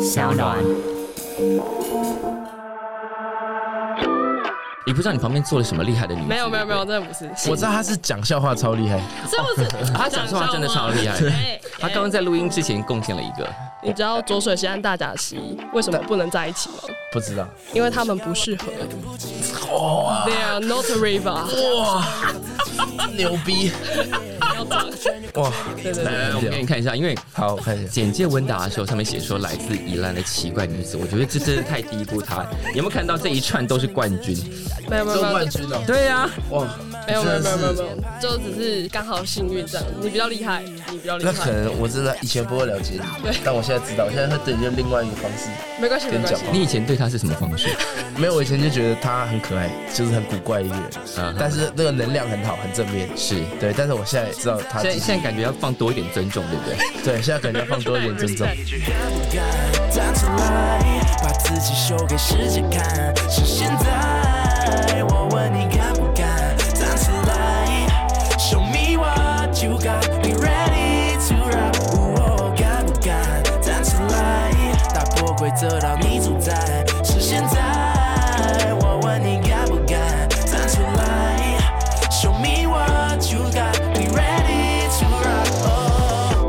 小暖。也不知道你旁边坐了什么厉害的女生，没有没有没有，真的不是，对我不对，知道他是讲笑话超厉害，是不是？ 他讲说话真的超厉害啊对，他刚刚在录音之前贡献了一个，你知道浊水溪和大甲溪为什么不能在一起吗？不知道。因为他们不适合。They are not river。牛逼！哇，对对对，来来，我们给你看一下，因为好，我看一下。简介温达的时候，上面写说来自宜兰的奇怪女子，我觉得这真的太低估她。有没有看到这一串都是冠军？没有没有没有没有军哦！对呀、哇，没有没有没有没有没真的是有，就只是刚好幸运这样。你比较厉害，你比较厉那可害，能我真的以前不会了解你对，但我现在知道，我现在会对你用另外一个方式。没关系没跟你关讲系。你以前对她是什么方式？没有，我以前就觉得他很可爱，就是很古怪一个人嗯，但是那个能量很好，很正面。是，对，啊但是我现在知道他现在自己现在感觉要放多一点尊重，对不对？对，现在感觉要放多一点尊 重。站起来，把自己秀给世界看。是现在，我问你敢不敢站起来？Show me what you got, be ready to rock。哦敢不敢站起来？打破规则，让你主宰。是现在，我问你敢不敢站起来？Show me what you got, be ready to rock。哦。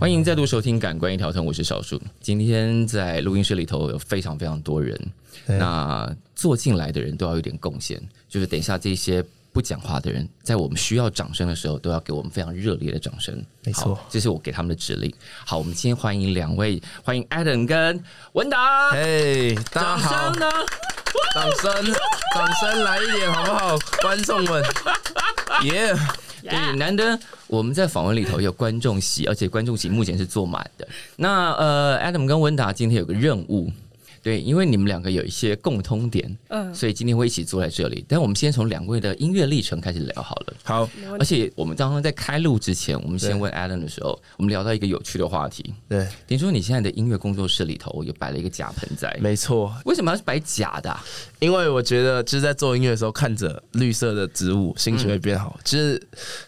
欢迎再度收听《感官一条通》，我是小树。今天在录音室里头有非常非常多人，那坐进来的人都要有点贡献，就是等一下这些不讲话的人，在我们需要掌声的时候，都要给我们非常热烈的掌声。没错好，这是我给他们的指令。好，我们今天欢迎两位，欢迎 Adam 跟文达。嘿，哎大掌家好声，呢？掌声，掌声来一点好不好，观众们？耶！对，难得我们在访问里头有观众席，而且观众席目前是坐满的。那呃，Adam 跟温达今天有个任务，对，因为你们两个有一些共通点，嗯所以今天会一起坐在这里。但我们先从两位的音乐历程开始聊好了。好，而且我们刚刚在开录之前，我们先对问 Adam 的时候，我们聊到一个有趣的话题。对，听说你现在的音乐工作室里头也摆了一个假盆栽，没错，为什么要摆假的啊、因为我觉得就是在做音乐的时候，看着绿色的植物，心情会变好。就是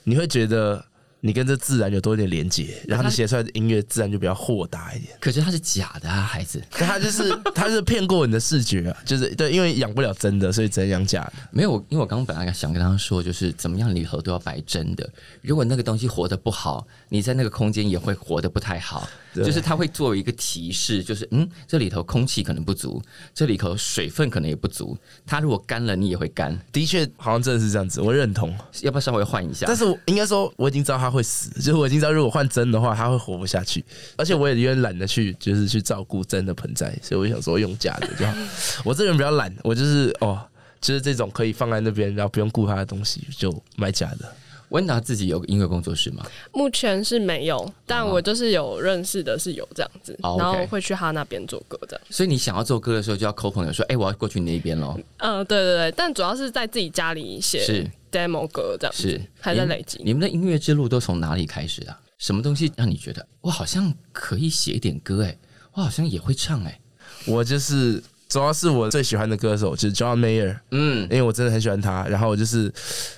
你会觉得你跟这自然有多一点连接，然后你写出来的音乐自然就比较豁达 一点。可是它是假的啊，孩子。但他就是他就是骗过你的视觉啊，就是对，因为养不了真的，所以只能养假的。没有，因为我刚刚本来想跟他说，就是怎么样礼盒都要摆真的。如果那个东西活得不好，你在那个空间也会活得不太好。对就是它会作为一个提示，就是嗯，这里头空气可能不足，这里头水分可能也不足。它如果干了，你也会干，的确，好像真的是这样子，我认同。要不要稍微换一下？但是我应该说，我已经知道他会死，就是我已经知道，如果换真的话，他会活不下去。而且我也有点懒得去，就是去照顾真的盆栽，所以我就想说用假的就好。我这个人比较懒，我就是哦，就是这种可以放在那边，然后不用顾它的东西，就买假的。温达自己有个音乐工作室吗？目前是没有，但我就是有认识的是有这样子，哦，OK 然后会去他那边做歌这样。所以你想要做歌的时候，就要 call 朋友说：“哎、我要过去你那边喽。嗯，对对对，但主要是在自己家里”写是 demo 歌这样子，是，还在累积你。你们的音乐之路都从哪里开始啊？什么东西让你觉得我好像可以写一点歌、哎，我好像也会唱、哎，我就是主要是我最喜欢的歌手就是 John Mayer，嗯因为我真的很喜欢他。然后我就是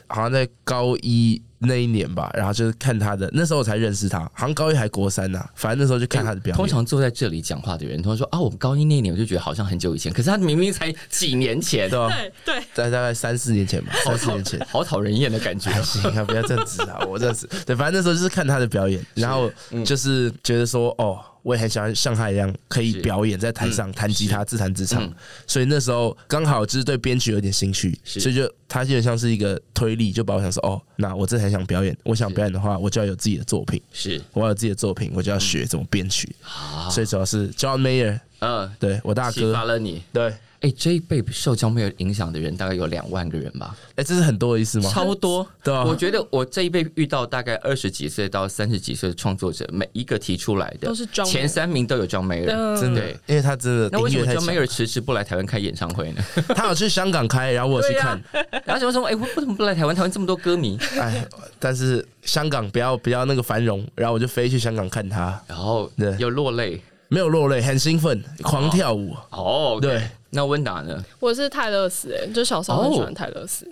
好像在高一那一年吧，然后就是看他的，那时候我才认识他，好像高一还国三呐、反正那时候就看他的表演。通 常坐在这里讲话的人，通常说啊，我们高一那一年我就觉得好像很久以前，可是他明明才几年前，对吧、啊对对，在大概三四年前吧，三四年前。好讨人厌的 感觉。行啊，不要这样子啊！我这样子，对，反正那时候就是看他的表演，然后嗯就是觉得说，哦，我也很想像他一样可以是嗯表演，在台上弹吉他、自弹自唱。所以那时候刚好就是对编曲有点兴趣，是所以就他基本上是一个推力，就把我想说，哦，那我真的很想表演，我想表演的话，我就要有自己的作品，是，我要有自己的作品，我就要学怎么编曲。所以主要是 John Mayer，嗯、对我大啊启发哥，了你。对。哎、这一辈受江妹影响的人大概有两万个人吧，哎、这是很多的意思吗？超多。对啊我觉得我这一辈遇到大概二十几岁到三十几岁的创作者，每一个提出来的都是 John Mayer 前三名都有江妹嗯真的对，因为他真的那为音什乐么太江强妹，儿迟迟不来台湾开演唱会呢？他有去香港开，然后我 有去对呀看，然后想说，哎、为什么不来台湾？台湾这么多歌迷。 哎，但是香港不要不要那个繁荣，然后我就飞去香港看他，然后对又落泪没有落泪，很兴奋，狂跳舞。哦，OK，对，那温达呢？我是泰勒斯、哎，就小时候很喜欢泰勒斯，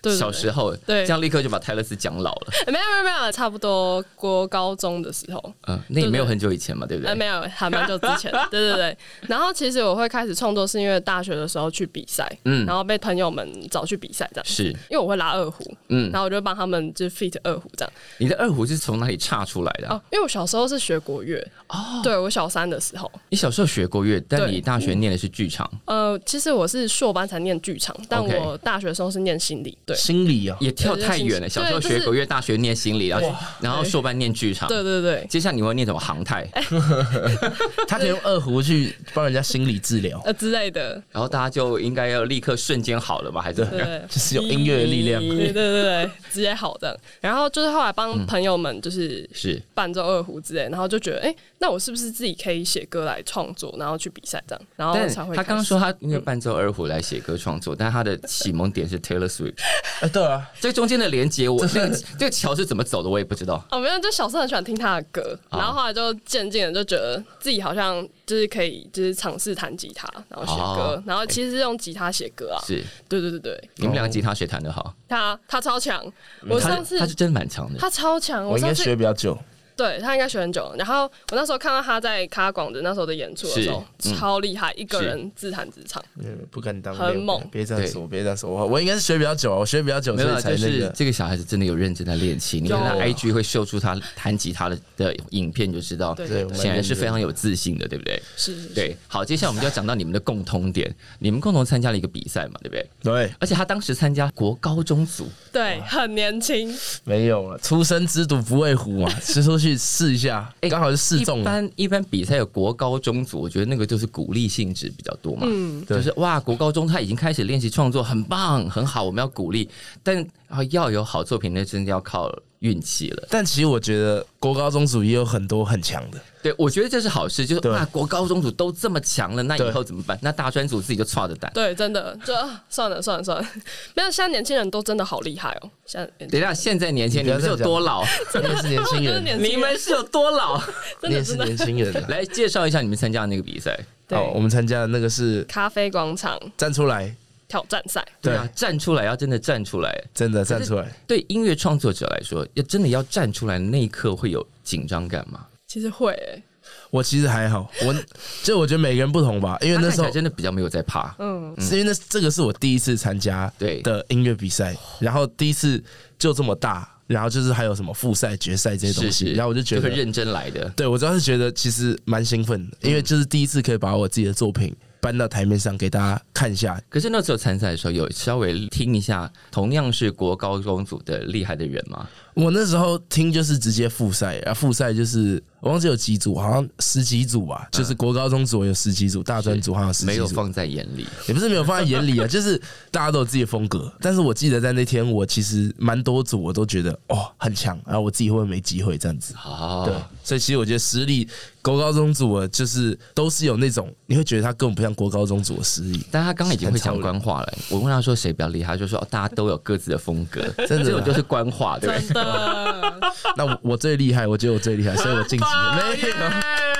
对对哦小时候，对这样立刻就把泰勒斯讲老了。对没有没有没有，差不多国高中的时候，嗯，那也没有很久以前嘛，对不哎，对？没有，还蛮久之 前，对对对。然后其实我会开始创作，是因为大学的时候去比赛，嗯嗯，然后被朋友们找去比赛这样，是因为我会拉二胡，嗯嗯，然后我就帮他们就是 fit 二胡这样。你的二胡是从哪里岔出来的啊、哦，因为我小时候是学国乐，哦，对我小三的时候，你小时候学国乐，但对你大学念的是剧场，呃，其实我是硕班才念剧场，但 OK 我大学的时候是念心理，对。心理 啊，也跳太远了。对就是小时候学国乐，大学念心理，然后然后硕班念剧场。对哎对对，接下来你会念什么航太？他可以用二胡去帮人家心理治疗，呃之类的，然后大家就应该要立刻瞬间好了吧？还是对对对就是有音乐的力量。对对对，直接好这样。然后就是后来帮朋友们就是是伴奏二胡之类，然后就觉得，哎、那我是不是自己可以写歌来创作，然后去比赛这样，然后但哦才会开始。他刚刚说他因为伴奏二胡来写歌创作，但他的启蒙点是 Taylor Swift， 哎，对啊，这中间的连接 我那个这个桥是怎么走的我也不知道。哦，没有，就小时候很喜欢听他的歌，啊然后后来就渐渐的就觉得自己好像就是可以，就是尝试弹吉他，然后写歌，哦然后其实是用吉他写歌啊。是对对对对，你们两个哦吉他谁弹的好？他他超强，嗯我他上次他是真的蛮强的。他超强，我应上该次学比较久。对他应该学很久。然后我那时候看到他在卡广的那时候的演出的时候，是嗯超厉害，一个是人自弹自唱。嗯，不敢当，很没有猛别这样说，别这样说，我我应该是学比较久啊，我学比较久，没所有以啊，才就那是个。这个小孩子真的有认真在练琴，你看他有啊 IG 会秀出他弹吉他的的影片，就知道对对，我们显然是非常有自信的，对不对？是是是，对，好，接下来我们就要讲到你们的共通点，你们共同参加了一个比赛嘛，对不对？对，而且他当时参加国高中组，对，很年轻。没有了，初生之犊不畏虎嘛， 是出去试一下，哎刚好是试中一啊了。般一般比赛有国高中组，我觉得那个就是鼓励性质比较多嘛，对就是哇，国高中他已经开始练习创作，很棒，很好，我们要鼓励，但啊要有好作品，那真的要靠运气了。但其实我觉得国高中组也有很多很强 的，对，我觉得这是好事，就是对啊，国高中组都这么强了，那以对后怎么办？那大专组自己就歘着蛋。对，真的就啊算了算了算了，没有，现在年轻人都真的好厉害哦。现在等一下，现在年轻人你你们不是要有多老？你也是我年轻就是人，年你轻们人，是有多老？ 真你的也是真的年轻人啊的。来介绍一下你们参加的那个比赛。对哦，我们参加的那个是咖啡广场站出来，挑战赛，对啊，站出来要真的站出来。真的站出来。对音乐创作者来说，要真的要站出来的那一刻会有紧张感吗？其实会、欸，我其实还好，我就我觉得每个人不同吧，因为他 那看时起候来真的比较没有在怕。嗯，是因为那这个是我第一次参加对的音乐比赛，然后第一次就这么大，然后就是还有什么复赛、决赛这些东是西，是，然后我就觉会得，认真来的。对我主要是觉得其实蛮兴奋的，因为就是第一次可以把我自己的作品搬到台面上给大家看一下。可是那时候参赛的时候，有稍微听一下同样是国高中组的厉害的人吗？我那时候听就是直接复赛，然后复赛就是我忘记有几组，好像十几组吧，就是国高中组有十几组，大专组好像有十嗯没几有组。放在眼里。也不是没有放在 眼里啊，就是大家都有自己的风格。但是我记得在那天，我其实蛮多组我都觉得哦很强，然后我自己会不会没机会这样子？好，对，所以其实我觉得实力国高中组啊，就是都是有那种你会觉得他根本不像国高中组的实力。 但他刚刚已经会讲很超官话了。我问他说谁比较厉害，他就说、哦、大家都有各自的风格， 真的这种就是官话，对不对？真的，那我我最厉害，我觉得我最厉害，所以我 晋级了。哎没有，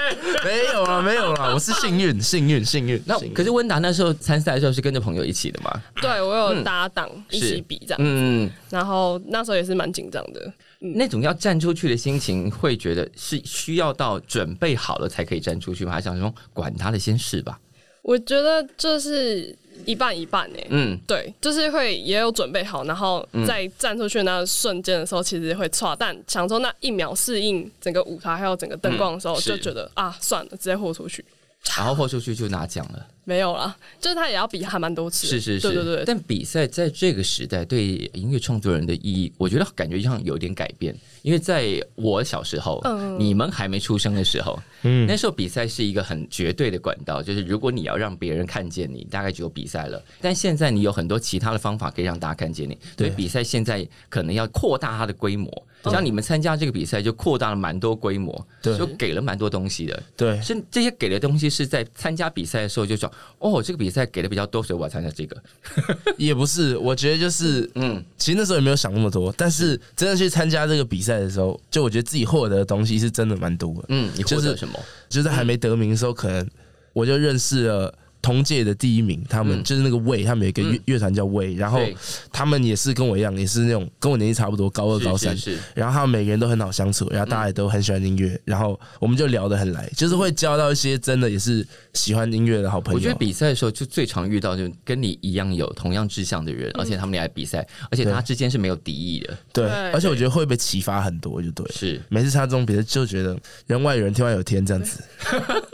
没有啊，没有啦，我是幸运，幸运，幸运。那幸运可是温达那时候参赛的时候是跟着朋友一起的嘛？ 对我有搭档一是起比这样，嗯，然后那时候也是蛮紧张的，那种要站出去的心情，会觉得是需要到准备好了才可以站出去吗？还想说管他的，先试吧。我觉得就是一半一半哎、嗯，对，就是会也有准备好，然后在站出去那瞬间的时候，其实会错，但想说那一秒适应整个舞台还有整个灯光的时候，嗯是就觉得啊，算了，直接豁出去，然后豁出去就拿奖了。没有啦，就是他也要比还蛮多次的，是是是，对对对，但比赛在这个时代对音乐创作人的意义，我觉得感觉上有点改变，因为在我小时候，嗯你们还没出生的时候，嗯，那时候比赛是一个很绝对的管道，就是如果你要让别人看见你，大概只有比赛了。但现在你有很多其他的方法可以让大家看见你，所以比赛现在可能要扩大它的规模。像你们参加这个比赛，就扩大了蛮多规模，对就给了蛮多东西的。对是这些给的东西是在参加比赛的时候就说，哦，这个比赛给的比较多，所以我要参加这个。也不是，我觉得就是嗯嗯，其实那时候也没有想那么多，但是真的去参加这个比赛的时候，就我觉得自己获得的东西是真的蛮多的。嗯，你获就得是什么？就是还没得名的时候，可能我就认识了同届的第一名，他们、嗯就是那个魏，他们有一个乐、嗯乐团叫魏，然后对他们也是跟我一样，也是那种跟我年纪差不多，高二是高三，是是嗯然后他们每个人都很好相处，然后大家也都很喜欢音乐，然后我们就聊得很来，就是会交到一些真的也是喜欢音乐的好朋友。我觉得比赛的时候就最常遇到，就跟你一样有同样志向的人，而且他们来比赛，而且他之间是没有敌意的，对，对而且我觉得会被启发很多，就对了。是每次参加这种比赛，就觉得人外有人，天外有天这 样子，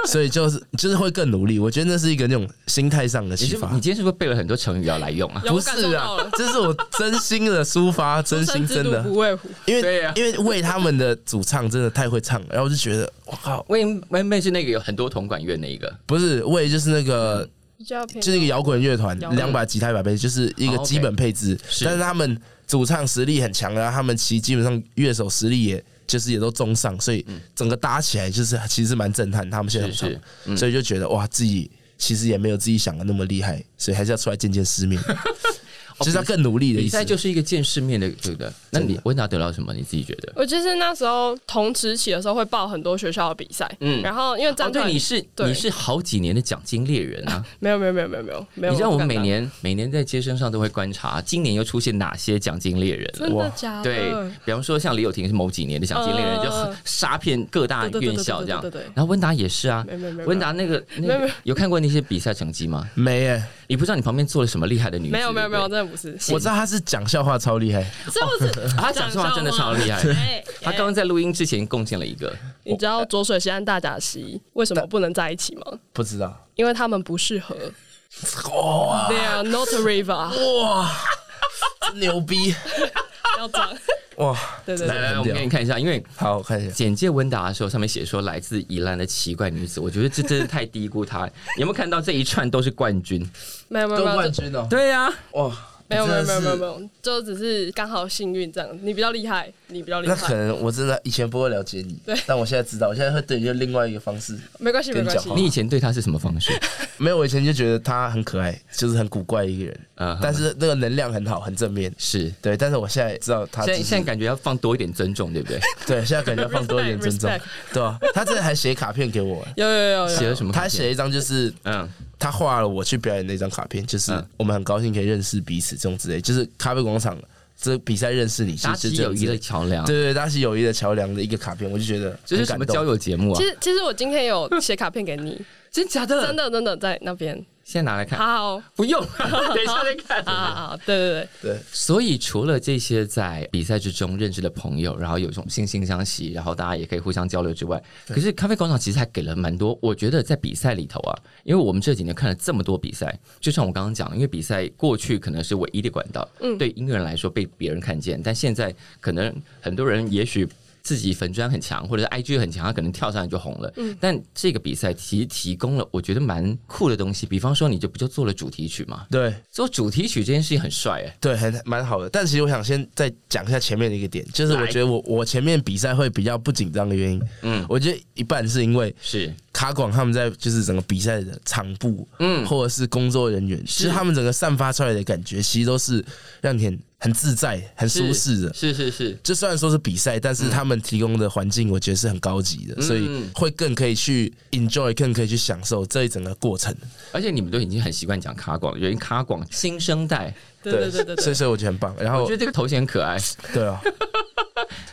所以就是就是会更努力。我觉得那是一个那种心态上的你启是不发你。今天是不是背了很多成语要来用啊？有不我感受是到啊了，这是我真心的抒 发，真心真生之的犊，不畏虎，因为对啊因为为他们的主唱真的太会唱了，然后我就觉得我靠，魏魏妹是那个有很多铜管乐那一个，不是为就是那个比较偏就是一个摇滚乐团，摇滚两把吉他一把贝斯，就是一个哦，OK 基本配置。是但是他们主唱实力很强，然啊后他们其实基本上乐手实力也就是也都中上，所以嗯整个搭起来就是其实蛮震撼。他们现在是是嗯唱，所以就觉得哇，自己其实也没有自己想的那么厉害，所以还是要出来见见世 面， 就是要更努力的比意哦赛思。就是一个见世面的，对不对？那你温达得到什么？你自己觉得？我就是那时候同时期的时候会报很多学校的比赛，嗯嗯，然后因为哦，战队、对，你是对你是好几年的奖金猎人啊！没有没有没有没有没有没有，你知道我不们敢每当年每年在街身上都会观察，今年又出现哪些奖金猎人了？真哇的假的？对，比方说像李友廷是某几年的奖金猎人，呃就很杀遍各大院校这样对对对对对对对。然后温达也是啊没有没有没，有温达那个那没有没个有有看过那些比赛成绩吗？没耶、你不知道你旁边坐了什么厉害的女子？没有没有没有，对真的不是，我知道他是讲笑话超厉害，这不是 哎不对，他啊讲话真的超厉害。 害他刚刚在录音之前贡献了一个，你知哦道浊水溪和大甲溪为什么不能在一起吗？不知道因为他们不 适合。哇 They 啊 are not a river。哇，真牛逼要这样，哇！对对来对，来来，我很们屌给你看一下，因为好，我看一下。简介温达的时候，上面写说来自宜兰的奇怪女子，我觉得这真的太低估她。 有没有看到这一串都是冠军？没有没有都没有冠，军哦！对啊呀、哇，没有没有没有没有没有。有，就只是刚好幸运这样。你比较厉害，你比较厉那可害，能我真的以前不会了解你，对但我现在知道，我现在会对你用另外一个方 式。没关系没跟你关讲系话。你以前对她是什么方式？没有，我以前就觉得他很可爱，就是很古怪一个人，嗯但是那个能量很好，很正面。是。对，但是我现在知道他现在只是现在感觉要放多一点尊重，对不对？ 对，现在感觉要放多 一点尊重 Respect，respect，对啊，他真的还写卡片给我，哎有有有有写有，了什么？他写了一张就是嗯，他画了我去表演那张卡片，就是嗯我们很高兴可以认识彼此这种之类，就是咖啡广场这比赛认识你，搭是起这样友子谊的桥梁，对对，搭起友谊的桥梁的一个卡片，我就觉得这是很什感么动交友节目啊其？实其实我今天有写卡片给你， 真假的？真，的真的在那边。现在拿来看，好，不用， 等一下再看。好好好，对对对，对。所以除了这些在比赛之中认识的朋友，然后有一种惺惺相惜，然后大家也可以互相交流之外，可是咖啡广场其实还给了蛮多。我觉得在比赛里头啊，因为我们这几年看了这么多比赛，就像我刚刚讲，因为比赛过去可能是唯一的管道，对音乐人来说被别人看见，但现在可能很多人也许。自己粉砖很强，或者是 IG 很强，他可能跳上来就红了。但这个比赛其实提供了我觉得蛮酷的东西，比方说你就不就做了主题曲嘛？对做主题曲这件事情很帅哎、对，很蛮好的。但其实我想先再讲一下前面的一个点，就是我来觉得我我前面比赛会比较不紧张的原因，嗯嗯，我觉得一半是因为是卡广他们在就是整个比赛的场部，嗯嗯，或者是工作人员，其实他们整个散发出来的感觉，其实都是让你很很自在、很舒适的。是嗯是是，就虽然说是比赛，但是他们提供的环境，我觉得是很高级的，所以嗯会更可以去 enjoy，更可以去享受这一整个过程。而且你们都已经很习惯讲卡广了，因为卡广新生代，对对对对所对以，所以我觉得很棒。然我后觉得这个头衔很可爱。对 啊，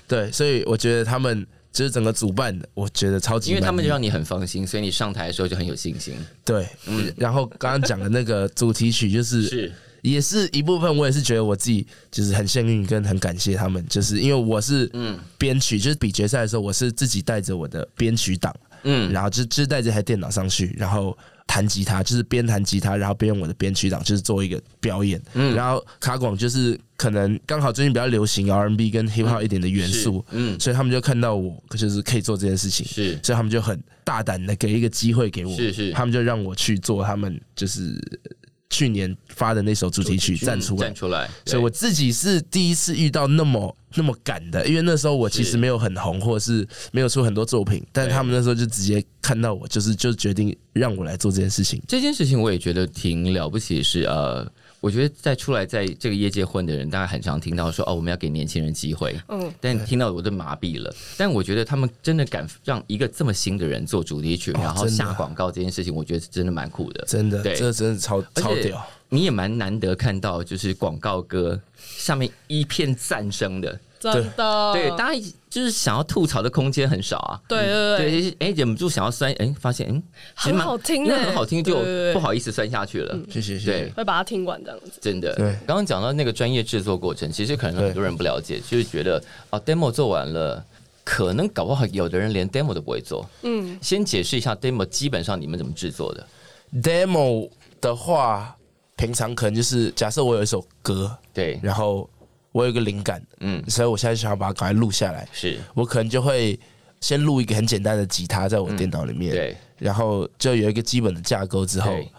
对，所以我觉得他们就是整个主办，我觉得超级因满意，为他们让你很放心，所以你上台的时候就很有信心。对，然后刚刚讲的那个主题曲就是嗯是也是一部分，我也是觉得我自己就是很幸运，跟很感谢他们，就是因为我是嗯编曲，就是比决赛的时候，我是自己带着我的编曲档，嗯嗯，然后就就是带这台电脑上去，然后弹吉他，就是边弹吉他，然后边用我的编曲档，就是做一个表演，嗯，然后卡广就是可能刚好最近比较流行 R&B 跟 Hip Hop 一点的元素，嗯嗯，所以他们就看到我就是可以做这件事情，是所以他们就很大胆的给一个机会给我，是是他们就让我去做他们就是去年发的那首主题曲嗯站出来嗯站。出来，所以我自己是第一次遇到那么那么赶的，因为那时候我其是实没有很红，或者是没有出很多作品，但对他们那时候就直接看到我，就是就决定让我来做这件事情。这件事情我也觉得挺了不起是，呃，我觉得在出来在这个业界混的人，大家很常听到说哦，我们要给年轻人机会，嗯，但听到我都麻痹了。但我觉得他们真的敢让一个这么新的人做主题曲，然后哦真的啊下广告这件事情，我觉得是真的蛮酷的，真的，对，这真的超而超且屌，你也蛮难得看到，就是广告歌下面一片赞声的，真的，对，大家就是想要吐槽的空间很少啊。对对对，对，就是哎，忍不住想要酸，哎，发现哎，其实蛮很好听因为欸很好听，就对对对嗯不好意思酸下去了。谢谢谢对谢。会把它听完这样子。真的，对刚刚讲到那个专业制作过程，其实可能很多人不了解，就是觉得哦，demo 做完了，可能搞不好有的人连 demo 都不会做。嗯，先解释一下 demo 基本上你们怎么制作的。 demo 的话，平常可能就是假设我有一首歌，对，然后我有一个灵感，嗯，所以我现在想要把它赶快录下来，是我可能就会先录一个很简单的吉他在我电脑里面，对，然后就有一个基本的架构之后对，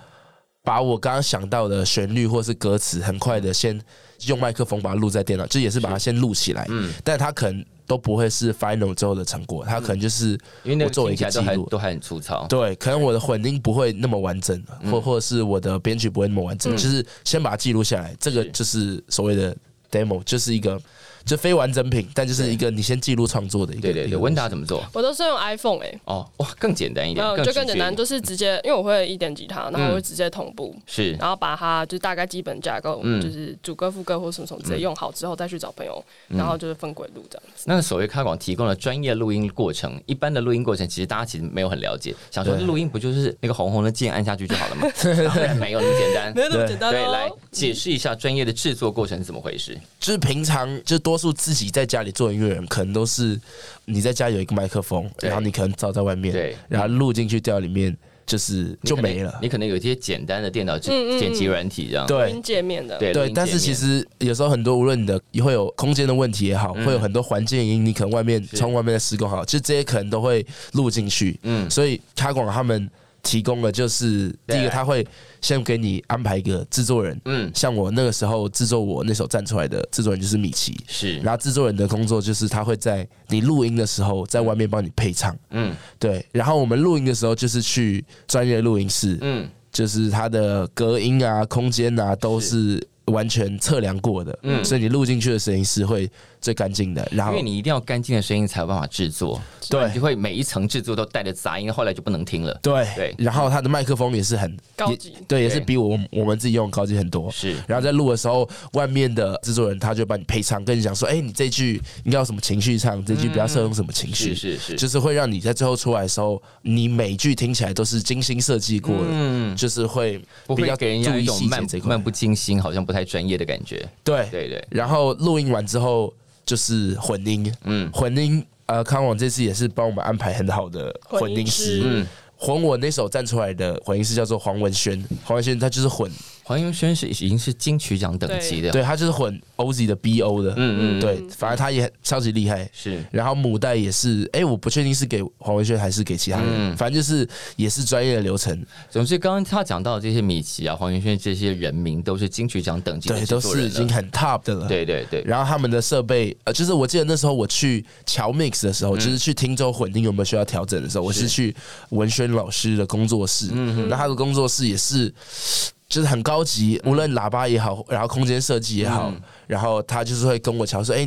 把我刚刚想到的旋律或是歌词，很快的先用麦克风把它录在电脑，就也是把它先录起来，嗯，但它可能都不会是 final 之后的成果，它可能就是嗯因为那我个作为听一起个来都还记录，都还很粗糙。对，可能我的混音不会那么完整，嗯或或者是我的编曲不会那么完整，就是先把它记录下来，这个是就是所谓的 demo，就是一个就非完整品，但就是一个你先记录创作的一个。对对一对，个问大家怎么做？我都是用 iPhone 哎、哦，哇，更简单一点，嗯，就直更觉简一单，点就是直接，因为我会一点吉他，然后嗯我会直接同步，是然后把它就是大概基本架构，嗯就是主歌副歌或什么什么直接用好之后，再去找朋友，嗯然后就是分轨录这样子。那所谓开广提供了专业录音过程，一般的录音过程其实大家其实没有很了解，想说对录音不就是那个红红的键按下去就好了 吗？当然没有那么简单。有那么简单哦对，来解释一下专业的制作过程是怎么回事？就是平常就多数自己在家里做音乐人，可能都是你在家有一个麦克风，对然后你可能照在外面，对然后录进去掉里面，就是你就可能没了你。可能有一些简单的电脑嗯剪剪辑软体这样。对音，界面的，对录对，音但是界面其实有时候很多，无论你的会有空间的问题也好，嗯会有很多环境音，你可能外面窗外面的施工好，就这些可能都会录进去。嗯嗯，所以卡广他们提供的就是对第一个，他会先给你安排一个制作人。嗯，像我那个时候制作我那首站出来的制作人就是米奇，是，然后制作人的工作就是他会在你录音的时候，在外面帮你配唱。嗯对，然后我们录音的时候就是去专业录音室，嗯就是它的隔音啊、空间啊都是完全测量过的，嗯所以你录进去的声音是会最干净的。然后因为你一定要干净的声音才有办法制作，对你就会每一层制作都带着杂音，后来就不能听了。对对然后它的麦克风也是很高也级对，也是对比我我们自己用的高级很多。是然后在录的时候，外面的制作人他就帮你配唱，跟你讲说，哎、你这句应该有什么情绪唱，这句比较适合用什么情绪、是是是，就是会让你在最后出来的时候，你每句听起来都是精心设计过的，嗯就是会不比会较给人注家一意种细漫节这一块漫。不经心，好像不太专业的感觉。对对对，然后录音完之后就是混音，嗯混音呃，康网这次也是帮我们安排很好的混音师，混嗯，混我那首站出来的混音师叫做黄文轩，黄文轩他就是混，黄云轩是已经是金曲奖等级的，对他就是混 OZ 的 BO 的，嗯嗯，对，反正他也超级厉害。是然后母带也是，哎、我不确定是给黄文轩还是给其他人，嗯反正就是也是专业的流程，总之，刚刚他讲到的这些米奇啊、黄云轩这些人名，都是金曲奖等级的对，制都作是人已经了。很 top 的了。对对对，然后他们的设备，呃，就是我记得那时候我去乔 mix 的时嗯候，就是去听州混音有没有需要调整的时候，我是去文轩老师的工作室，嗯那他的工作室也是。就是很高级，嗯无论喇叭也好，然后空间设计也好，然后他就是会跟我瞧说，哎、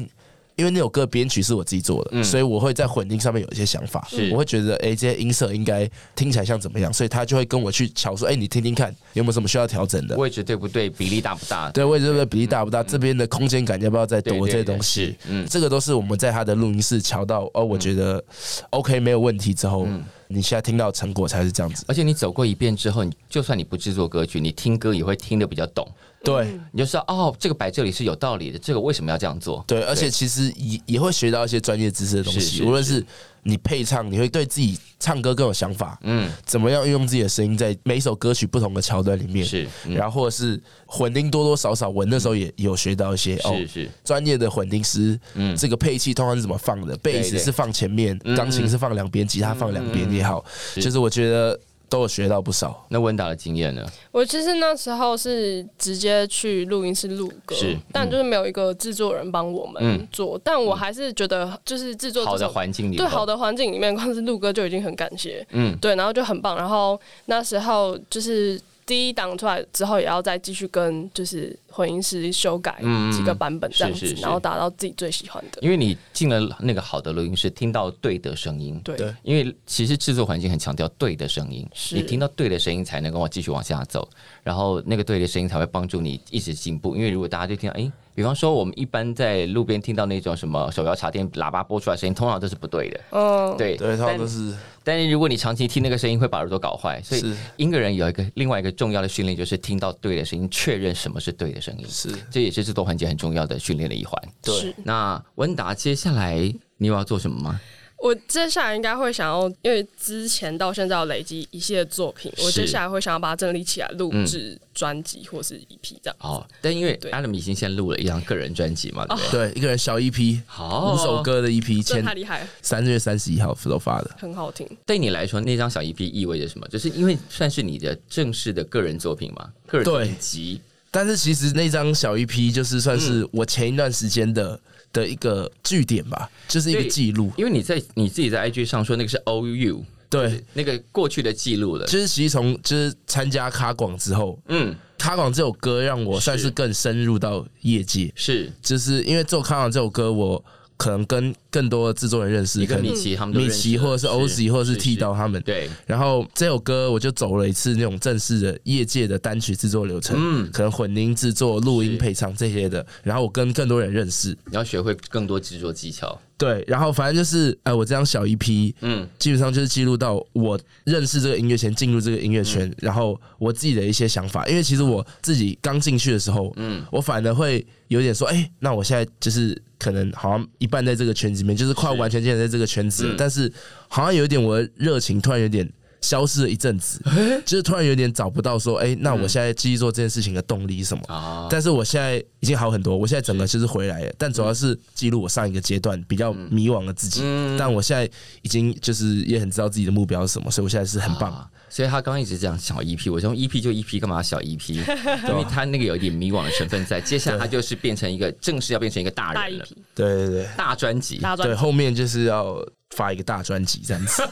因为那首歌编曲是我自己做的，所以我会在混音上面有一些想法嗯是，我会觉得，哎、这些音色应该听起来像怎么样，所以他就会跟我去瞧说，哎、你听听看有没有什么需要调整的，位置对不对，比例大不大？对，位置的比例大不大？这边的空间感要不要再对多？对这些对东西，嗯这个都是我们在他的录音室瞧到哦，我觉得 OK 没有问题之后，嗯你现在听到的成果才是这样子。而且你走过一遍之后，你就算你不制作歌曲，你听歌也会听得比较懂，对你就知道哦，这个摆这里是有道理的，这个为什么要这样做？对，而且其实也也会学到一些专业知识的东是西，是无论是你配唱，你会对自己唱歌更有想法，嗯，怎么样运用自己的声音在每一首歌曲不同的桥段里面，是嗯然后或者是混音多多少少，我那时候也有学到一些哦，是是，专业的混音师，这个配器通常是怎么放的？贝斯对嗯是放前面，钢琴是放两边，吉他放两边也好，就是我觉得都有学到不少。那温达的经验呢？我其实那时候是直接去录音室录歌，是嗯但就是没有一个制作人帮我们做，但我还是觉得就是制作好这的首环境里头，对好的环境里面，光是录歌就已经很感谢，嗯对，然后就很棒。然后那时候就是第一档出来之后，也要再继续跟就是混音师修改嗯几个版本这样是子是，是然后达到自己最喜欢的。因为你进了那个好的录音室，听到对的声音，对，对因为其实制作环境很强调对的声音，是你听到对的声音才能够继续往下走，然后那个对的声音才会帮助你一直进步。因为如果大家就听到，诶，比方说我们一般在路边听到那种什么手摇茶店喇叭播出来的声音，通常都是不对的。嗯，对，对，他但们都是但是如果你长期听那个声音，会把耳朵搞坏。所以是音乐人有一个另外一个重要的训练，就是听到对的声音，确认什么是对的声音。是这也是制作环节很重要的训练的一环。对，那温达，接下来你有要做什么吗？我接下来应该会想要，因为之前到现在有累积一系列作品，我是嗯接下来会想要把它整理起来，录制专辑或是 EP 这样。 哦，但因为对 Adam 已经先录了一张个人专辑嘛，对不对？对一个人小 EP，好，五首歌的 EP，真前的太厉害了，三月三十一号都发的。很好听。对你来说，那张小 EP 意味着什么？就是因为算是你的正式的个人作品嘛，个人作品集但是其实那张小 EP 就是算嗯是我前一段时间的的一个据点吧，就是一个对记录。因为你在你自己在 IG 上说那个是 OU，对，那个过去的记录了。就是其实从就是参加卡广之后，嗯，卡广这首歌让我算是是更深入到业界，是就是因为做卡广这首歌，我可能跟更多的制作人认识，你跟可能嗯米奇他们都米认识奇了或者是 OZ 或者是是 T 刀他们，对，然后这首歌我就走了一次那种正式的业界的单曲制作流程，嗯可能混音制作、录音、是配唱这些的。然后我跟更多人认识，你要学会更多制作技巧。对。然后反正就是，哎、我这张小 EP，嗯，基本上就是记录到我认识这个音乐圈，进入这个音乐圈，然后我自己的一些想法。因为其实我自己刚进去的时候，嗯，我反而会有点说，哎、那我现在就是可能好像一半在这个圈子里面，就是快完全现在在这个圈子了，但是好像有一点我的热情突然有点。消失了一阵子，就是突然有点找不到说，哎、那我现在继续做这件事情的动力是什么？啊，但是我现在已经好很多，我现在整个就是回来了，但主要是记录我上一个阶段比较迷惘的自己。嗯但我现在已经就是也很知道自己的目标是什么，所以我现在是很棒。啊所以他刚刚一直讲小 E EP，我说 EP 就 EP，干嘛小 EP？因为他那个有一点迷惘的成分在，接下来他就是变成一个正式要变成一个大大人 EP 了，对对对大专辑。大专对，后面就是要发一个大专辑这样 子，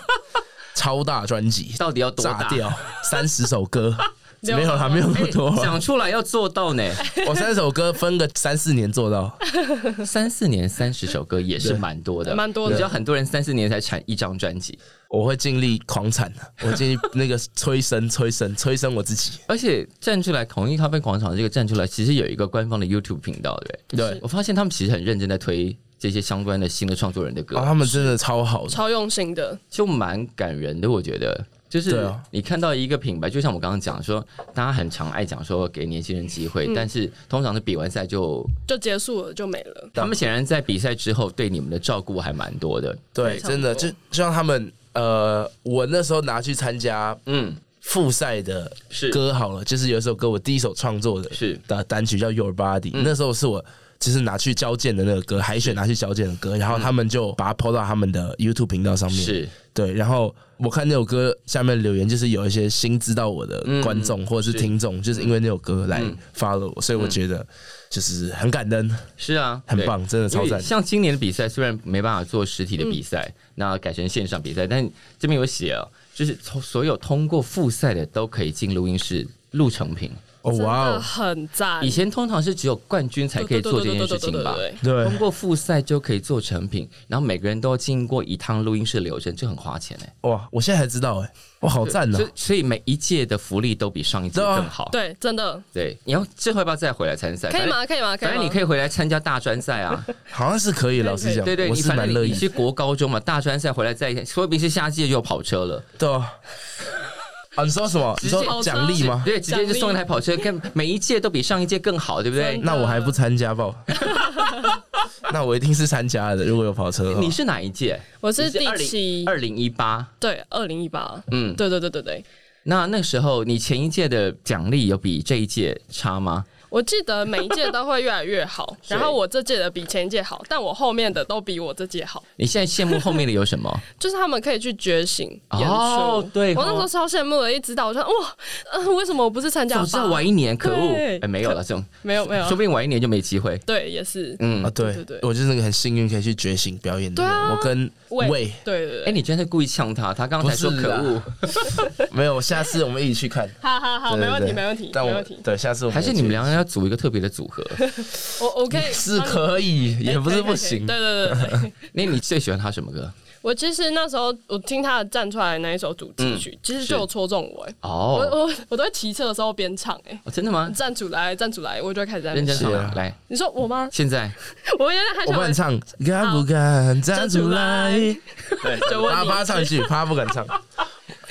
超大专辑，到底要多大炸 掉三十首歌？六没有啦，没有那么多啦。讲出来要做到 呢， 我三十首歌分个三四年做到，三四年三十首歌也是蛮多的，蛮多的你知道很多人三四年才产一张专辑，我会尽力狂产的，我尽力那个催生、催生、催生我自己。 而且站出来统一咖啡广场这个站出来，其实有一个官方的 YouTube 频道的。对我发现他们其实很认真在推这些相关的新的创作人的歌，啊，他们真的超好的，超用心的，就蛮感人的，我觉得。就是对啊你看到一个品牌，就像我刚刚讲说，大家很常爱讲说给年轻人机会，嗯但是通常是比完赛就，就结束了就没了。他们显然在比赛之后对你们的照顾还蛮多的。对，差不真的就多就像他们呃，我那时候拿去参加嗯，复赛的是歌好了，就是有一首歌我第一首创作的是的单曲叫《Your Body》，那时候是我。就是拿去交件的那个歌，海选拿去交件的歌，然后他们就把它抛到他们的 YouTube 频道上面。是对，然后我看那首歌下面留言，就是有一些新知道我的观众或者是听众，就是因为那首歌来 follow 我，所以我觉得就是很感恩。是啊，很对棒真的超因为赞嗯像今年的比赛虽然没办法做实体的比赛，那改成线上比赛，但这边有写哦，就是从所有通过复赛的都可以进录音室录成品。哦哇真的哦，很赞以。前通常是只有冠军才可以做这件事情吧对对对对对对对？对通过复赛就可以做成品，然后每个人都要经过一趟录音室流程，这很花钱哎、哇！我现在才知道哎、哇，好赞哦、所以所以每一届的福利都比上一届对啊更好。对，真的对，你要之后要不要再回来参赛？可以吗？可以吗？哎反正？反吗正你可以回来参加大专赛啊，好像是可以，老实讲，对对，我你是反蛮正乐你意你。是国高中嘛，大专赛回来再，说不定是下届就有跑车了。嗯对啊，啊，你说什么？你接说奖励吗？对，直接就送一台跑车，跟每一届都比上一届更好，对不对真？那我还不参加 吧？那我一定是参加的，如果有跑车的话你是哪一届？我是第二零七，二零一八，对，二零一八，嗯，对对对对对，那那时候你前一届的奖励有比这一届差吗？我记得每一届都会越来越好，然后我这届的比前一届好，但我后面的都比我这届好，你现在羡慕后面的有什 么？就是他们可以去觉醒演出。哦对我那时哦候超羡慕的，一知道我说哇，呃，为什么我不是参加吧？早知道晚一年，可恶！对哎、没有了，这种没有没有说，不定晚一年就没机会。对，也是，嗯，啊，哎、对对对对我就是那个很幸运可以去觉醒表演的人。对啊我跟喂魏，对对对，哎你真是故意呛他，他刚才说不是可啦恶，没有，下次我们一起去看。好好好，对没问对题没问题但没我问题，对下次我还是一起你们两个人要组一个特别的组 合？我我可以是帮你哎可以，也不是可以可不以行。对对对对，对那你最喜欢他什么歌？我其实那时候我听他的站出来的那一首主题曲，其实就有戳中我、欸，我哦，我 我都在骑车的时候边唱、欸，哦真的吗？站出来站出来，我就会开始在那认边真唱。唱是啊啊！来，你说我吗？ 现在我有点害我帮羞欸，你唱，敢不敢站出来？ 对，就问啪你啪唱一句，啪不敢唱。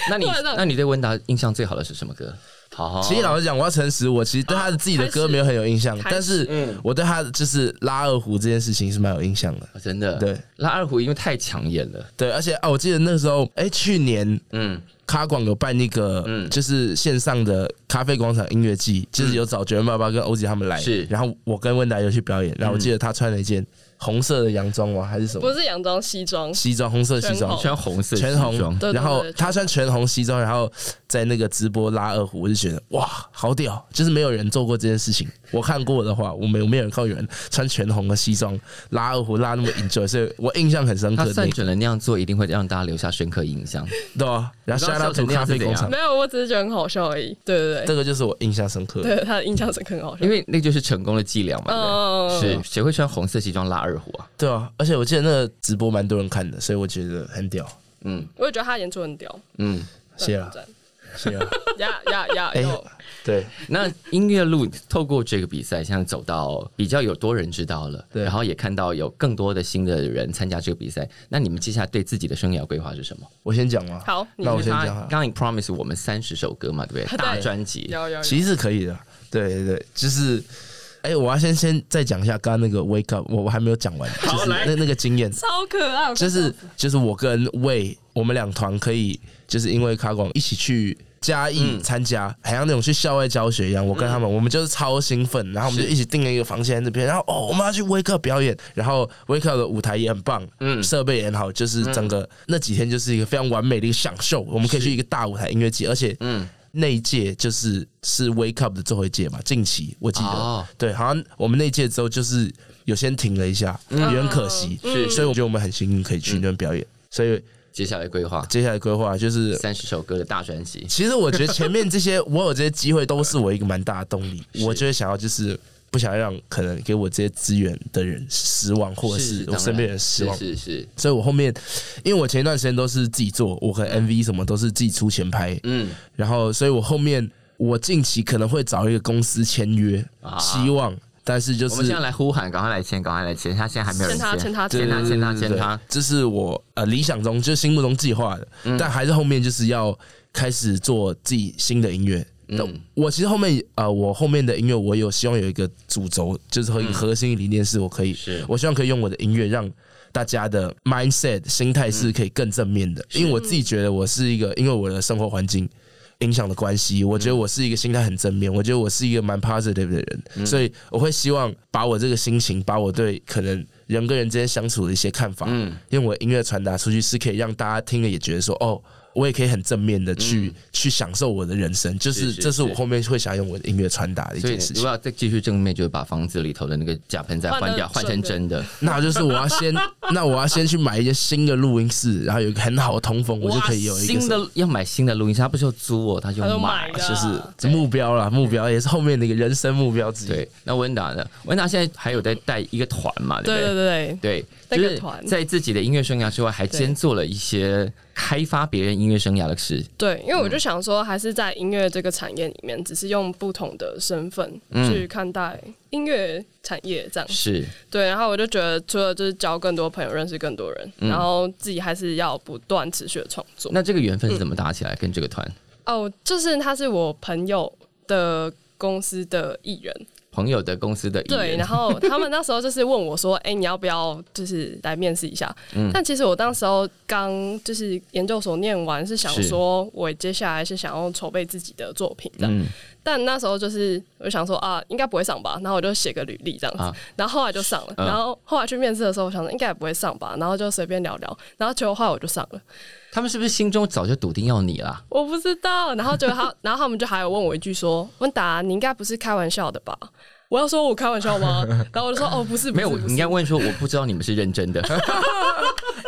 那你突然让那 你对啊温达印象最好的是什么歌？好，其实老实讲，我要诚实，我其实对他的自己的歌没有很有印象，开始但是我对他就是拉二胡这件事情是蛮有印象的。哦真的对拉二胡因为太抢眼了，对，而且啊，我记得那个时候，哎，去年嗯，卡广有办一个，嗯就是线上的咖啡广场音乐季，就是有找九零爸爸跟欧吉他们来，是然后我跟温达有去表演，然后我记得他穿了一件红色的洋装吗？还是什不么是洋装西装，西装？红色西全装红，穿红色全西红装，对对对然后全他穿全红西装，然后在那个直播拉二胡，我就觉得哇，好屌！就是没有人做过这件事情。我看过的话，我没有没有人看过有人穿全红的西装拉二胡拉那么 enjoy，所以我印象很深刻他的算那个，准了那样做一定会让大家留下深刻印象。对啊。然后你知道 shout out to 笑成那样咖是啡怎工样厂没，有，我只是觉得很好笑而已。对对这对，个就是我印象深刻的。对他的印象深刻很好笑因。为那就是成功的伎俩嘛。嗯， 对不对是谁会穿红色西装拉二胡啊？对啊，而且我记得那个直播蛮多人看的，所以我觉得很屌。嗯我也觉得他演出很屌。嗯，谢啦，赞谢啦。呀呀呀！啊哎有，对，那音乐路透过这个比赛，现在走到比较有多人知道了，对然后也看到有更多的新的人参加这个比赛。那你们接下来对自己的生涯规划是什么？我先讲嘛。好你啊那因我为先他讲啊好了刚。刚你 promise 我们三十首歌嘛，对不啊对？对大专辑有有有，其实是可以的，对对对，就是。哎、我要先先再讲一下刚刚那个 wake up，我我还没有讲完，就是那那个经验，超可爱，就是就是我跟魏，我们两团可以就是因为卡广一起去嘉义参加，好像那种去校外教学一样。我跟他们，我们就是超兴奋，然后我们就一起订了一个房间在这边，然后哦，我们要去威克表演，然后威克的舞台也很棒，嗯，设备也很好，就是整个、那几天就是一个非常完美的一个享受。我们可以去一个大舞台音乐季，而且嗯。那一届就是是 Wake Up 的最后一届嘛，近期我记得，哦对，好像我们那一届之后就是有先停了一下，嗯有点可惜，是所以我觉得我们很幸运可以去那边表演。所以接下来规划接下来规划就是，三十首歌的大专辑。其实我觉得前面这些我有这些机会都是我一个蛮大的动力，我就会想要就是不想让可能给我这些资源的人失望，或者是当我然身边人失望。是是是，所以我后面，因为我前一段时间都是自己做，我和 MV 什么都是自己出钱拍，嗯，然后，所以我后面我近期可能会找一个公司签约，啊希望，但是就是我们现在来呼喊，赶快来签，赶快来签，他现在还没有人签他签他签签他他签他对嗯签他，这是我呃理想中就是心目中计划的，但还是后面就是要开始做自己新的音乐。但我其实后面呃，我后面的音乐我有希望有一个主轴，就是和一个核心理念是我可以，是我希望可以用我的音乐让。大家的 mindset 心态是可以更正面的，因为我自己觉得我是一个，因为我的生活环境影响的关系，我嗯觉得我是一个心态很正面，我觉得我是一个蛮 positive 的人，嗯所以我会希望把我这个心情，把我对可能人跟人之间相处的一些看法，嗯用我的音乐传达出去，是可以让大家听了也觉得说，哦，我也可以很正面的去、去享受我的人生，就嗯是是是这是我后面会想用我的音乐传达的一所以件事如情果。要再继续正面，就是把房子里头的那个假盆栽换掉，换换成成真的。那就是我 要先，那我要先去买一些新的录音室，然后有一个很好的通风，我就可以有一个新什么的要买新的录音室，他不是要租我，他就他就买啊买。的就是目标啦，目标也是后面的一个人生目标之一。对，那温达呢？温达现在还有在带一个团嘛？对不对对？对对，带就个是团在自己的音乐生涯之外，还兼做了一些开发别人音乐生涯的事。对，因为我就想说，还是在音乐这个产业里面，只是用不同的身份去看待音乐产业这样。是，对，然后我就觉得，除了就是交更多朋友，认识更多人，然后自己还是要不断持续的创作。那这个缘分是怎么搭起来？跟这个团哦，就是他是我朋友的公司的艺人，朋友的公司的艺人对，然后他们那时候就是问我说：“哎、你要不要就是来面试一下？”嗯但其实我当时候刚就是研究所念完，是想是嗯说我接下来是想要筹备自己的作品这样。但那时候就是我就想说啊，应该不会上吧，然后我就写个履历这样子，啊然后后来就上了，嗯然后后来去面试的时候，我想说应该也不会上吧，然后就随便聊聊，然后结果后来我就上了，他们是不是心中早就笃定要你啦？我不知道，然后结果他，然后他们就还有问我一句说，温达你应该不是开玩笑的吧？我要说我开玩笑吗？然后我就说哦不是，不是没有，不我是你应该问说，我不知道你们是认 真的。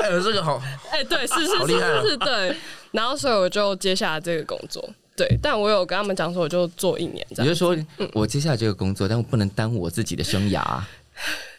哎呦，这个好，哎、对，是是好是厉害啊是是，对。然后所以我就接下了这个工作，对。但我有跟他们讲说，我就做一年这你样。就说嗯我接下来这个工作，但我不能耽误我自己的生 涯，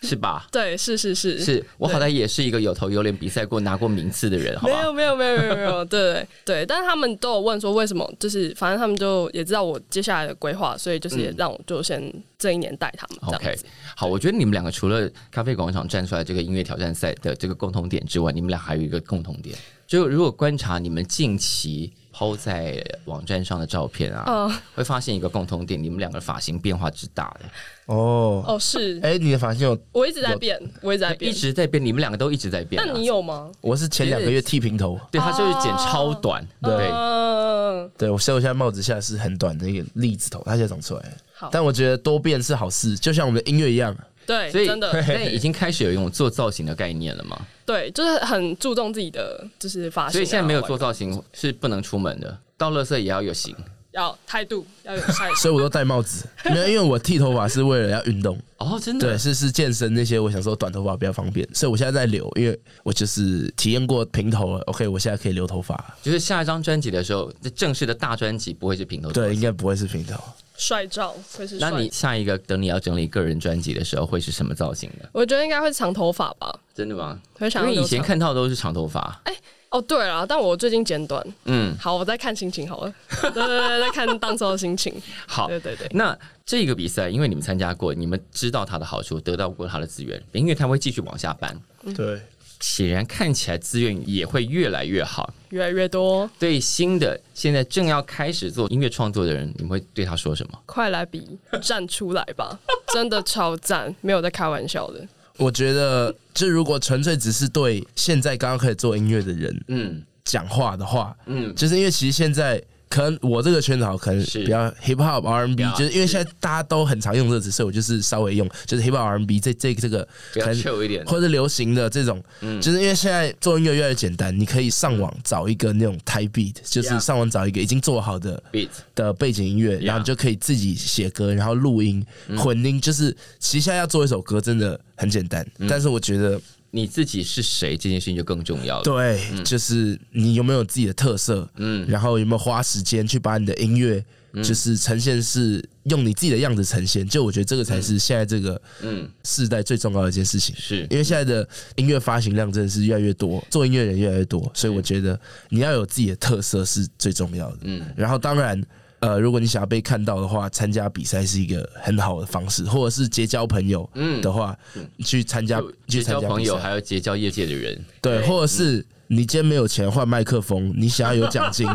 是吧？对，是是是是我好歹也是一个有头有脸、比赛过、拿过名次的人，好没吧？有没有没有没有没有，对对对。但是他们都有问说为什么，就是反正他们就也知道我接下来的规划，所以就是也让我就先这一年带他们这样嗯 OK，子。好，我觉得你们两个除了咖啡广场站出来这个音乐挑战赛的这个共同点之外，你们俩还有一个共同点，就如果观察你们近期抛在网站上的照片啊，嗯会发现一个共同点，你们两个发型变化之大的，哦，哦，是哎，你的发型有，我一直在变，我一直在一变。直在变，你们两个都一直在变、啊。但你有吗？我是前两个月剃平头，对他就是剪超短，对。哦嗯，对我，所以我现在帽子下是很短的一个栗子头，它现在长出来了。好但我觉得多变是好事，就像我们的音乐一样。对，所以，真的但已经开始有一种做造型的概念了嘛？对，就是很注重自己的就是发型啊。所以现在没有外做造型是不能出门的，到垃圾也要有型要态度，要 有态度。所以我都戴帽子，没有，因为我剃头发是为了要运动，哦，真对，的。是是健身那些，我想说短头发比较方便，所以我现在在留，因为我就是体验过平头了，OK，我现在可以留头发了，就是下一张专辑的时候，这正式的大专辑不会是平头。对，应该不会是平头，帅照会是那帅。你下一个等你要整理个人专辑的时候，会是什么造型呢？我觉得应该会长头发吧，真的吗？会想因要为以留前长。看到都是长头发，哦，对了，但我最近剪短。嗯，好，我再看心情好了。对对对，再看当时候的心情。 好。对对对，那这个比赛，因为你们参加过，你们知道它的好处，得到过它的资源，因为它会继续往下搬，对，显然看起来资源也会越来越好。越来越多，对新的现在正要开始做音乐创作的人，你们会对他说什么？快来比，站出来吧！真的超赞，没有在开玩笑的。我觉得就如果纯粹只是对现在刚刚开始做音乐的人嗯讲话的话，嗯，就是因为其实现在可能我这个圈子好，可能是比较 hip hop R N B，啊就是因为现在大家都很常用这个词，所以我就是稍微用，就是 hip hop R N B 这这这个比较可能 chill 一点。嗯或者流行的这种，就是因为现在做音乐越来越简单，你可以上网找一个那种 type beat，就是 Yeah 上网找一个已经做好的 beat 的背景音乐，然后你就可以自己写歌，然后录音、嗯混音，就是其实现在要做一首歌真的很简单，嗯但是我觉得你自己是谁这件事情就更重要嗯了。对，就是你有没有自己的特色，嗯，然后有没有花时间去把你的音乐，嗯就是呈现是用你自己的样子呈现，就我觉得这个才是现在这个嗯世代最重要的一件事情，是因为现在的音乐发行量真的是越来越多，做音乐人越来越多，所以我觉得你要有自己的特色是最重要的，嗯，然后当然。呃，如果你想要被看到的话，参加比赛是一个很好的方式，或者是结交朋友的话，去参加嗯就去结参交加比朋友，赛还有结交业界的人，对，或者嗯是你今天没有钱换麦 克风，你想要有奖金，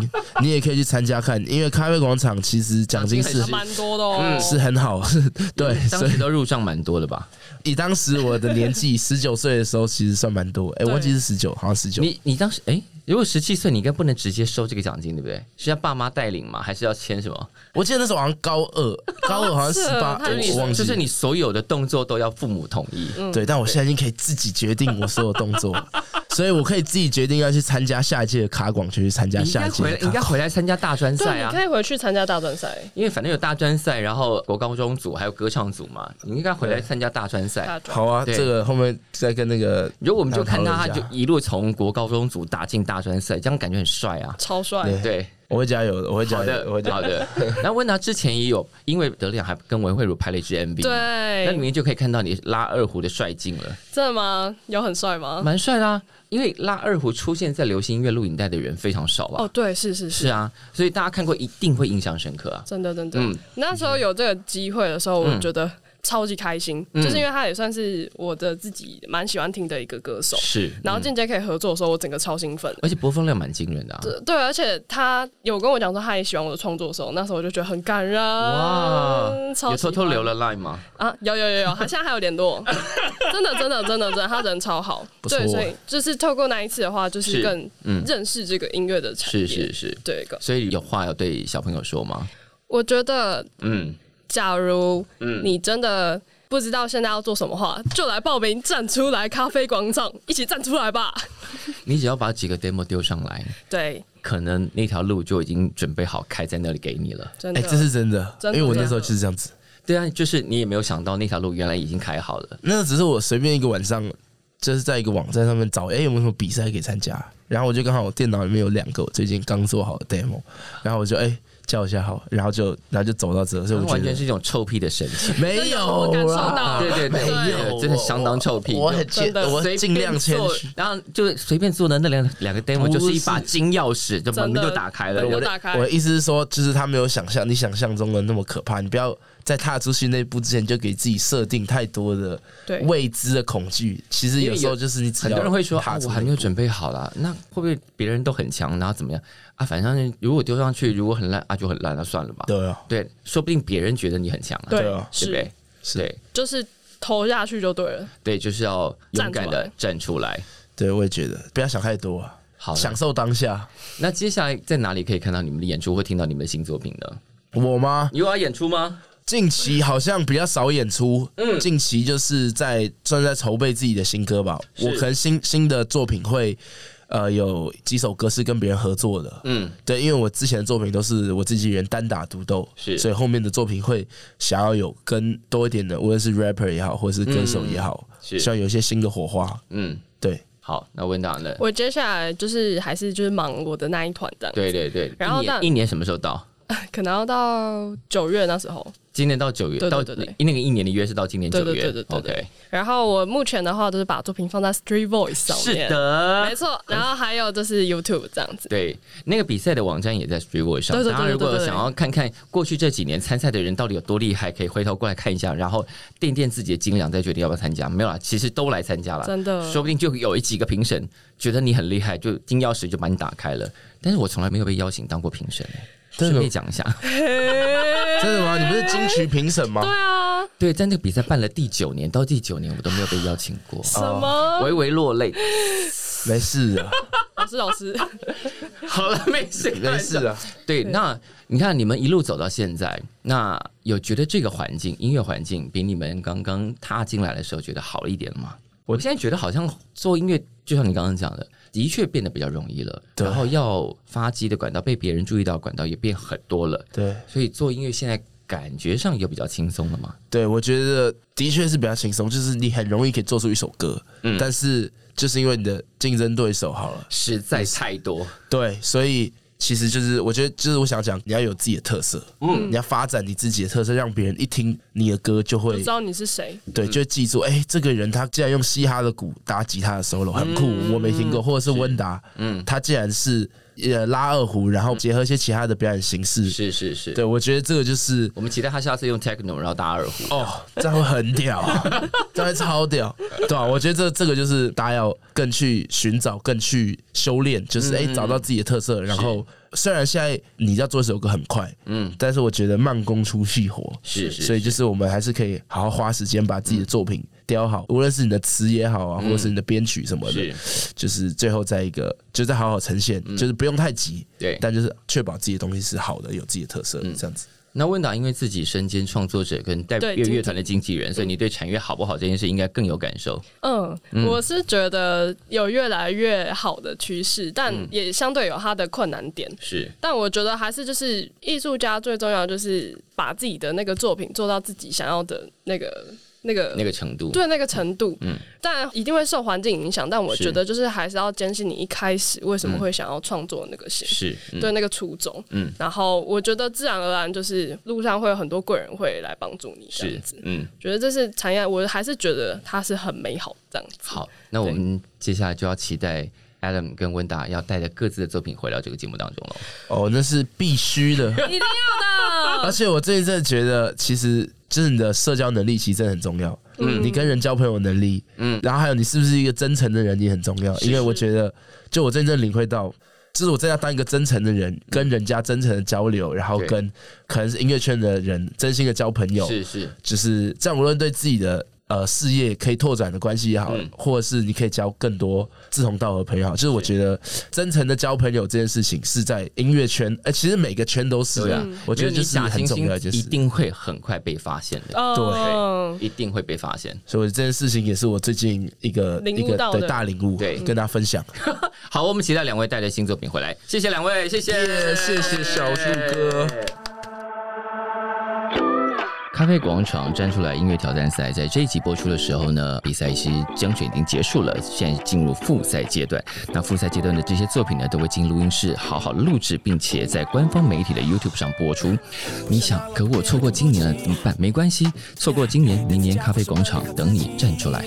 你也可以去参加看，因为咖啡广场其实奖金是奖金蛮多的哦。嗯是很 好，对，所当以时都入账蛮多的吧？以当时我的 年纪，十九岁的时候其实算蛮多，哎、对我忘记是十九，好像十九，你你当时哎、如果十七岁，你应该不能直接收这个奖金，对不对？是要爸妈带领吗？还是要签什么？我记得那时候好像高 二，高二好像十八，太扯了嗯我忘记就了，是啊你嗯所有的动作都要父母同意。对，但我现在已经可以自己决定我所有动 作了。所以我可以自己决定要去参加下一届的卡广，就去参加你应下该一届回的来，你应卡该广。回来参加大专对，赛你啊！可以回去参加大专赛。因为反正有大专赛，然后国高中组还有歌唱组嘛，你应该回来参加大专赛大。专好啊，对这个后面再跟那个，如果我们就看讨他，论一他下就一路从国高中组打进大专赛，这样感觉很帅啊！超帅，对对，我会加油的，我会加好油的，的我会，加油好的。那温达之前也有，因为德亮还跟文慧茹拍了一支 MV，对嘛，那里面就可以看到你拉二胡的帅劲了，真的吗？有很帅吗？蛮帅的啊。因为拉二胡出现在流行音乐录影带的人非常少吧？哦，对，是是是是，啊，所以大家看过一定会印象深刻啊。真的真的嗯。那时候有这个机会的时候，我觉得超级开心，嗯就是因为他也算是我的自己蛮喜欢听的一个歌手。是，然后嗯间接可以合作的时候，我整个超兴奋。而且播放量蛮惊人的啊。对，而且他有跟我讲说他也喜欢我的创作的时候，那时候我就觉得很感人，哇，超有喜欢偷偷留了 line 吗？啊，有有有有， 他现在还有联络，真的真的真的真的，他人超好，不错对，所以就是透过那一次的话，就是是更嗯认识这个音乐的产业，是是是，对，个所以有话要对小朋友说吗？我觉得，嗯，假如你真的不知道现在要做什么话，就来报名站出来咖啡广场，一起站出来吧。你只要把几个 demo 丢上来， 对，可能那条路就已经准备好开在那里给你了。真的，哎，这是真的，真的因为我那时候就是这样子，对啊，就是你也没有想到那条路原来已经开好了。那只是我随便一个晚上，就是在一个网站上面找，哎、有没有什么比赛可以参加？然后我就刚好我电脑里面有两个我最近刚做好的 demo，然后我就哎、叫一下好，然后就然后就走到这，所以它我觉完得全是一种臭屁的神情。没有我感受到啦对对对啊没有，对真的相当臭屁我我很就谦真，的我随便尽量谦做虚。然后就随便做的那两两个 demo 不是就是一把金钥匙，就门就打开了。真我的我的打的开我的意思是说，就是他没有想象你想象中的那么可怕，你不要在踏出去那一步之前就给自己设定太多的对未知的恐惧。其实有时候就是你只很多要人会说啊踏，出我那还没有一步准备好啦，那会不会别人都很强，然后怎么样啊？反正如果丢上去，如果很烂啊，就很烂，那算了吧。对啊，对，说不定别人觉得你很强啊，对对啊对不是对？对就是投下去就对了。对，就是要勇敢的站出来。对，我也觉得不要想太多啊，好了，享受当下。那接下来在哪里可以看到你们的演出，或听到你们的新作品呢？我吗？有啊要演出吗？近期好像比较少演出，嗯，近期就是在正在筹备自己的新歌吧。我可能新新的作品会，呃，有几首歌是跟别人合作的，嗯，对，因为我之前的作品都是我自己一人单打独斗，是所以后面的作品会想要有跟多一点的，无论是 rapper 也好，或是歌手也好，嗯是希望有一些新的火花。嗯，对，好，那温达呢？我接下来就是还是就是忙我的那一团这样，对对对，然后一年但一年什么时候到？可能要到九月那时候。今年到九月，对对到对对那个一年的约是到今年九对月，对对对对对 OK，然后我目前的话都是把作品放在 Street Voice 上是面，没的。错。然后还有就是 YouTube 这样子，对，那个比赛的网站也在 s t r e e v o 上。对对对大家如对果对对想要看看过去这几年参赛的人到底有多厉害，可以回头过来看一下，然后掂掂自己的斤两，再决定要不要参加。没有啦，其实都来参加了，真的说不定就有几个评审觉得你很厉害，就金钥匙就把你打开了。但是我从来没有被邀请当过评审、欸，真顺的便讲一下。真的吗？你不是金曲评审吗？对啊，对，在那个比赛办了第九年，到第九年我都没有被邀请过，什么？微微落泪。没事啊，老师老师， 好了，没事，没事啊。对，那你看你们一路走到现在，那有觉得这个环境音乐环境比你们刚刚踏进来的时候觉得好了一点吗？我现在觉得好像做音乐，就像你刚刚讲的，的确变得比较容易了，对然后要发迹的管道被别人注意到的管道也变很多了，对所以做音乐现在感觉上有比较轻松了嘛？对，我觉得的确是比较轻松，就是你很容易可以做出一首歌，但是就是因为你的竞争对手好了，实在太多，对，所以其实就是我觉得，就是我想讲，你要有自己的特色，嗯，你要发展你自己的特色，让别人一听你的歌就不会知道你是谁，对，就会记住，哎、这个人他竟然用嘻哈的鼓打吉他的 solo，很酷，我没听过，或者嗯是温达，嗯，他竟然是呃拉二胡，然后结合一些其他的表演形式，是是是，对我觉得这个就是我们期待他下次用 techno 然后打二胡。哦，这样会 很屌，这样会超屌，对吧、我觉得这这个就是大家要更去寻找、更去修炼，嗯就是哎、找到自己的特色。然后虽然现在你要做一首歌很快，嗯，但是我觉得慢工出细活，是是嗯所以就是我们还是可以好好花时间把自己的作品雕好，无论是你的词也好啊，或者是你的编曲什么的，就是最后在一个就再好好呈现，就是不用太急，嗯对嗯但就是确保自己的东西是好的，有自己的特色，这样子。那温达因为自己身兼创作者跟代表乐对经纪乐团的经纪人，所以你对产业好不好这件事应该更有感受。嗯，我是觉得有越来越好的趋势，但嗯也相对有它的困难点。是，但我觉得还是就是艺术家最重要的就是把自己的那个作品做到自己想要的那个那个呃那个程度。对那个程度，嗯，但一定会受环境影响。但我是觉得就是还是要坚信你一开始为什么会想要创作那个形式。嗯是，嗯对那个初衷，嗯嗯，然后我觉得自然而然就是路上会有很多贵人会来帮助你，这是样子，，嗯，觉得这是产业，我还是觉得它是很美好这样子。好，那我们接下来就要期待 Adam 跟温达要带着各自的作品回到这个节目当中了。哦，那是必须的。一定要的，而且我最近真的觉得，其实就是你的社交能力其实真的很重要。嗯，你跟人交朋友能力，嗯，然后还有你是不是一个真诚的人也很重要。因为我觉得，就我真正领会到，就是我真的要当一个真诚的人，跟人家真诚的交流，然后对跟可能是音乐圈的人真心的交朋友，是是，就是这样，无论对自己的呃事业可以拓展的关系也好，嗯或者是你可以交更多志同道合的朋友也好，就是我觉得真诚的交朋友这件事情是在音乐圈，呃，其实每个圈都是对啊啊，我觉得因为就你是假很惺重要的一惺件一事。定会很快被发现的，哦，一定会被发现。所以这件事情也是我最近一个领悟一个到的对大领悟，对跟大家分享。好，我们期待两位带着新作品回来，谢谢两位，谢谢谢谢小树哥。咖啡广场站出来音乐挑战赛，在这一集播出的时候呢，比赛其实将选已经结束了，现在进入复赛阶段。那复赛阶段的这些作品呢，都会进录音室好好录制，并且在官方媒体的 YouTube 上播出。你想，可我错过今年了怎么办？没关系，错过今年，明年咖啡广场等你站出来。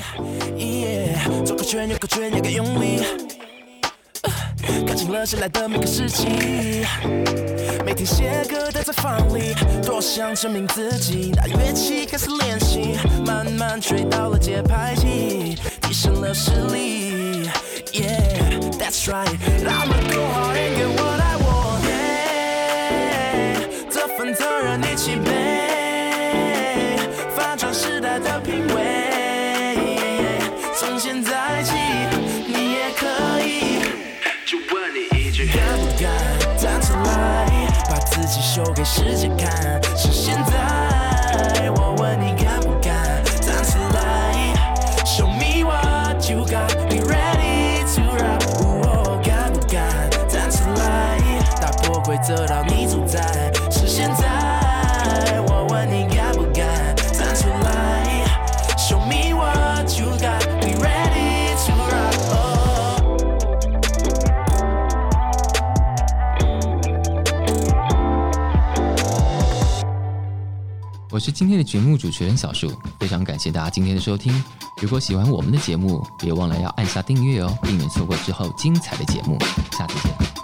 Yeah，转个圈，绕个圈，要个用力。呃看清了谁来的每个时期，每天写歌待在房里，多想证明自己。拿乐器开始练习，慢慢追到了节拍器，提升了实力。Yeah，that's right。I'ma go hard and get what I want。Yeah，这份责任一起背，反转时代的品味。从现在起，你也可以。就问你一句，敢不敢站出来，把自己 show 给世界看？是现在，我问你敢不敢站出来？Show me what you got, be ready to rock。哦敢不敢站出来，打破规则让你主宰？是现在，我问你敢不敢站出来？Show me what you got, be ready to rock。哦。我是今天的节目主持人小树，非常感谢大家今天的收听。如果喜欢我们的节目，别忘了要按下订阅哦，避免错过之后精彩的节目。下次见。